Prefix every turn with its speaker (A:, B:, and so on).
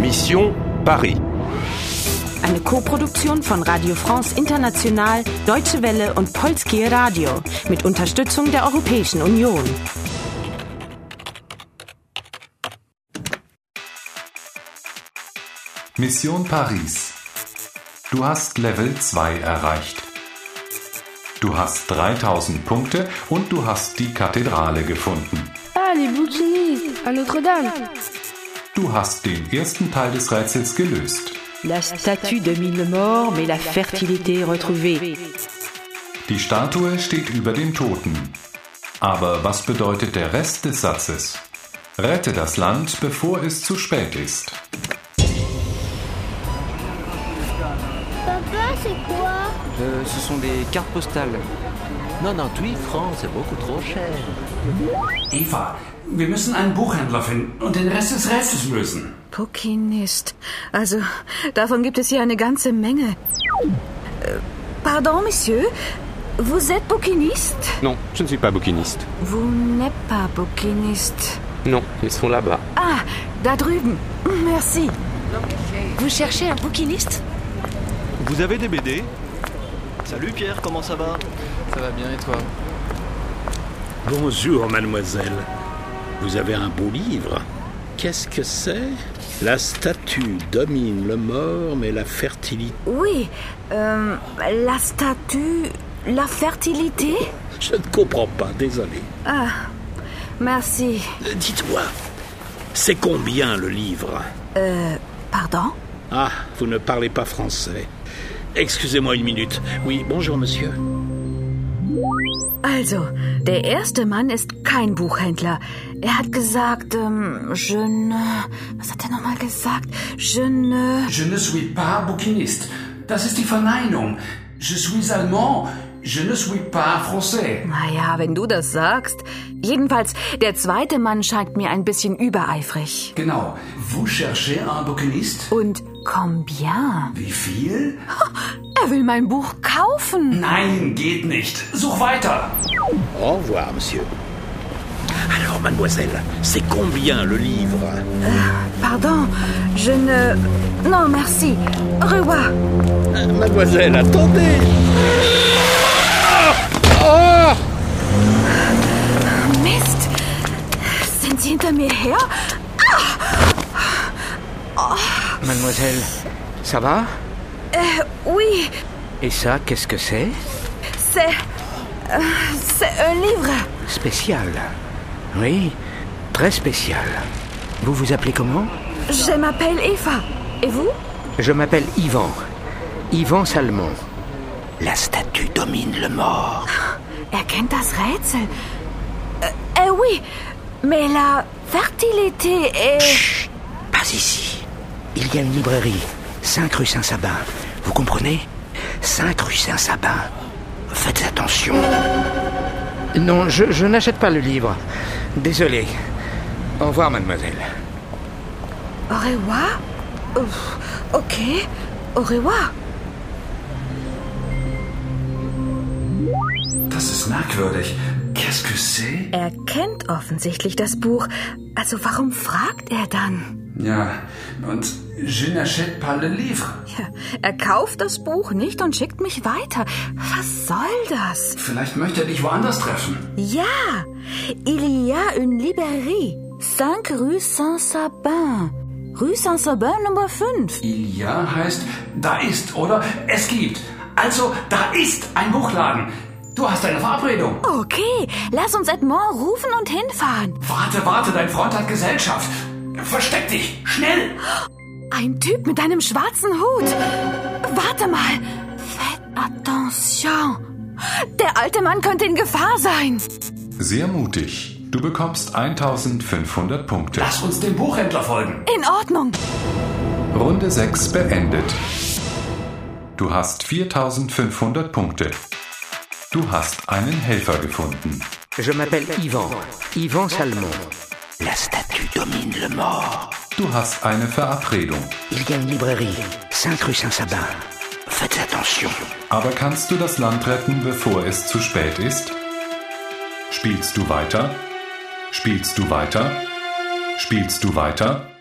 A: Mission Paris.
B: Eine Koproduktion von Radio France International, Deutsche Welle und Polskie Radio mit Unterstützung der Europäischen Union.
C: Mission Paris. Du hast Level 2 erreicht. Du hast 3000 Punkte und du hast die Kathedrale gefunden.
D: Ah, les bouquinis à Notre-Dame.
C: Du hast den ersten Teil des Rätsels gelöst.
E: La statue domine le mort, mais la fertilité est retrouvée.
C: Die Statue steht über dem Toten. Aber was bedeutet der Rest des Satzes? Rette das Land, bevor es zu spät ist.
D: Papa, c'est quoi
F: Euh, ce sont des cartes postales.
G: Non, non, 8 francs, c'est beaucoup trop cher.
H: Eva, wir müssen einen Buchhändler finden und den Rest des Rätsels lösen.
I: Puckinist. Also, davon gibt es hier eine ganze Menge. Äh, Pardon, Monsieur. Vous êtes bouquiniste
J: Non, je ne suis pas bouquiniste.
I: Vous n'êtes pas bouquiniste.
J: Non, ils sont là-bas.
I: Ah, da drüben. Merci.
K: Vous cherchez un bouquiniste
L: Vous avez des BD Salut Pierre, comment ça va
F: Ça va bien et toi
M: Bonjour, mademoiselle. Vous avez un beau livre. Qu'est-ce que c'est La statue domine le mort, mais la fertilité.
I: Oui, euh, la statue, la fertilité
M: Je ne comprends pas, désolé.
I: Ah, merci.
M: Euh, Dites-moi, c'est combien le livre
I: Euh, pardon
M: Ah, vous ne parlez pas français. Excusez-moi une minute. Oui, bonjour, monsieur.
I: Also, der erste Mann ist kein Buchhändler. Er hat gesagt, ähm, je ne... Was hat er nochmal gesagt? Je ne...
H: Je ne suis pas bouquiniste. Das ist die Verneinung. Je suis allemand. Je ne suis pas français.
I: Naja, wenn du das sagst. Jedenfalls, der zweite Mann scheint mir ein bisschen übereifrig.
H: Genau. Vous cherchez un bouquiniste?
I: Und combien?
H: Wie viel?
I: Er will mein Buch kaufen.
H: Nein, geht nicht. Such weiter.
M: Au revoir, monsieur. Alors, mademoiselle, c'est combien le livre
I: Pardon, je ne... Non, merci. Au revoir.
M: Euh, Mademoiselle, attendez
I: Mist. Sind sie hinter mir her? Ah!
F: Mademoiselle, ça va
I: Äh, Oui,
F: Et ça, qu'est-ce que c'est
I: c'est... euh, c'est un livre.
F: Spécial. Oui, très spécial. Vous vous appelez comment
I: Je m'appelle Eva. Et vous
F: Je m'appelle Yvan. Yvan Salmon. La statue domine le mort.
I: Er kennt das Rätsel. Äh, äh, oui, mais la fertilité est...
F: Chut Pas ici. Il y a une librairie. 5 rue Saint-Sabin. Vous comprenez 5 rue Saint-Sabin. Faites attention. Non, je, je n'achète pas le livre. Désolé. Au revoir, mademoiselle.
I: Au revoir Uff, Okay, au revoir.
H: Das ist merkwürdig. Qu'est-ce que c'est?
I: Er kennt offensichtlich das Buch. Also warum fragt er dann?
H: Ja, und je n'achète pas le livre.
I: Ja, er kauft das Buch nicht und schickt mich weiter. Was soll das?
H: Vielleicht möchte er dich woanders treffen.
I: Ja, il y a une librairie. 5 rue Saint-Sabin. Rue Saint-Sabin Nummer 5.
H: Il y a heißt da ist, oder? Es gibt. Also, da ist ein Buchladen. Du hast eine Verabredung.
I: Okay, lass uns Edmond rufen und hinfahren.
H: Warte, warte, dein Freund hat Gesellschaft. Versteck dich, schnell!
I: Ein Typ mit einem schwarzen Hut. Warte mal. Faites attention. Der alte Mann könnte in Gefahr sein.
C: Sehr mutig. Du bekommst 1500 Punkte.
H: Lass uns dem Buchhändler folgen.
I: In Ordnung.
C: Runde 6 beendet. Du hast 4500 Punkte. Du hast einen Helfer gefunden.
F: Je m'appelle Yvan. Yvan Salmon. La statue domine le mort.
C: Du hast eine Verabredung.
F: Il y a une librairie. 5 rue Saint-Sabin. Faites attention.
C: Aber kannst du das Land retten, bevor es zu spät ist? Spielst du weiter? Spielst du weiter? Spielst du weiter?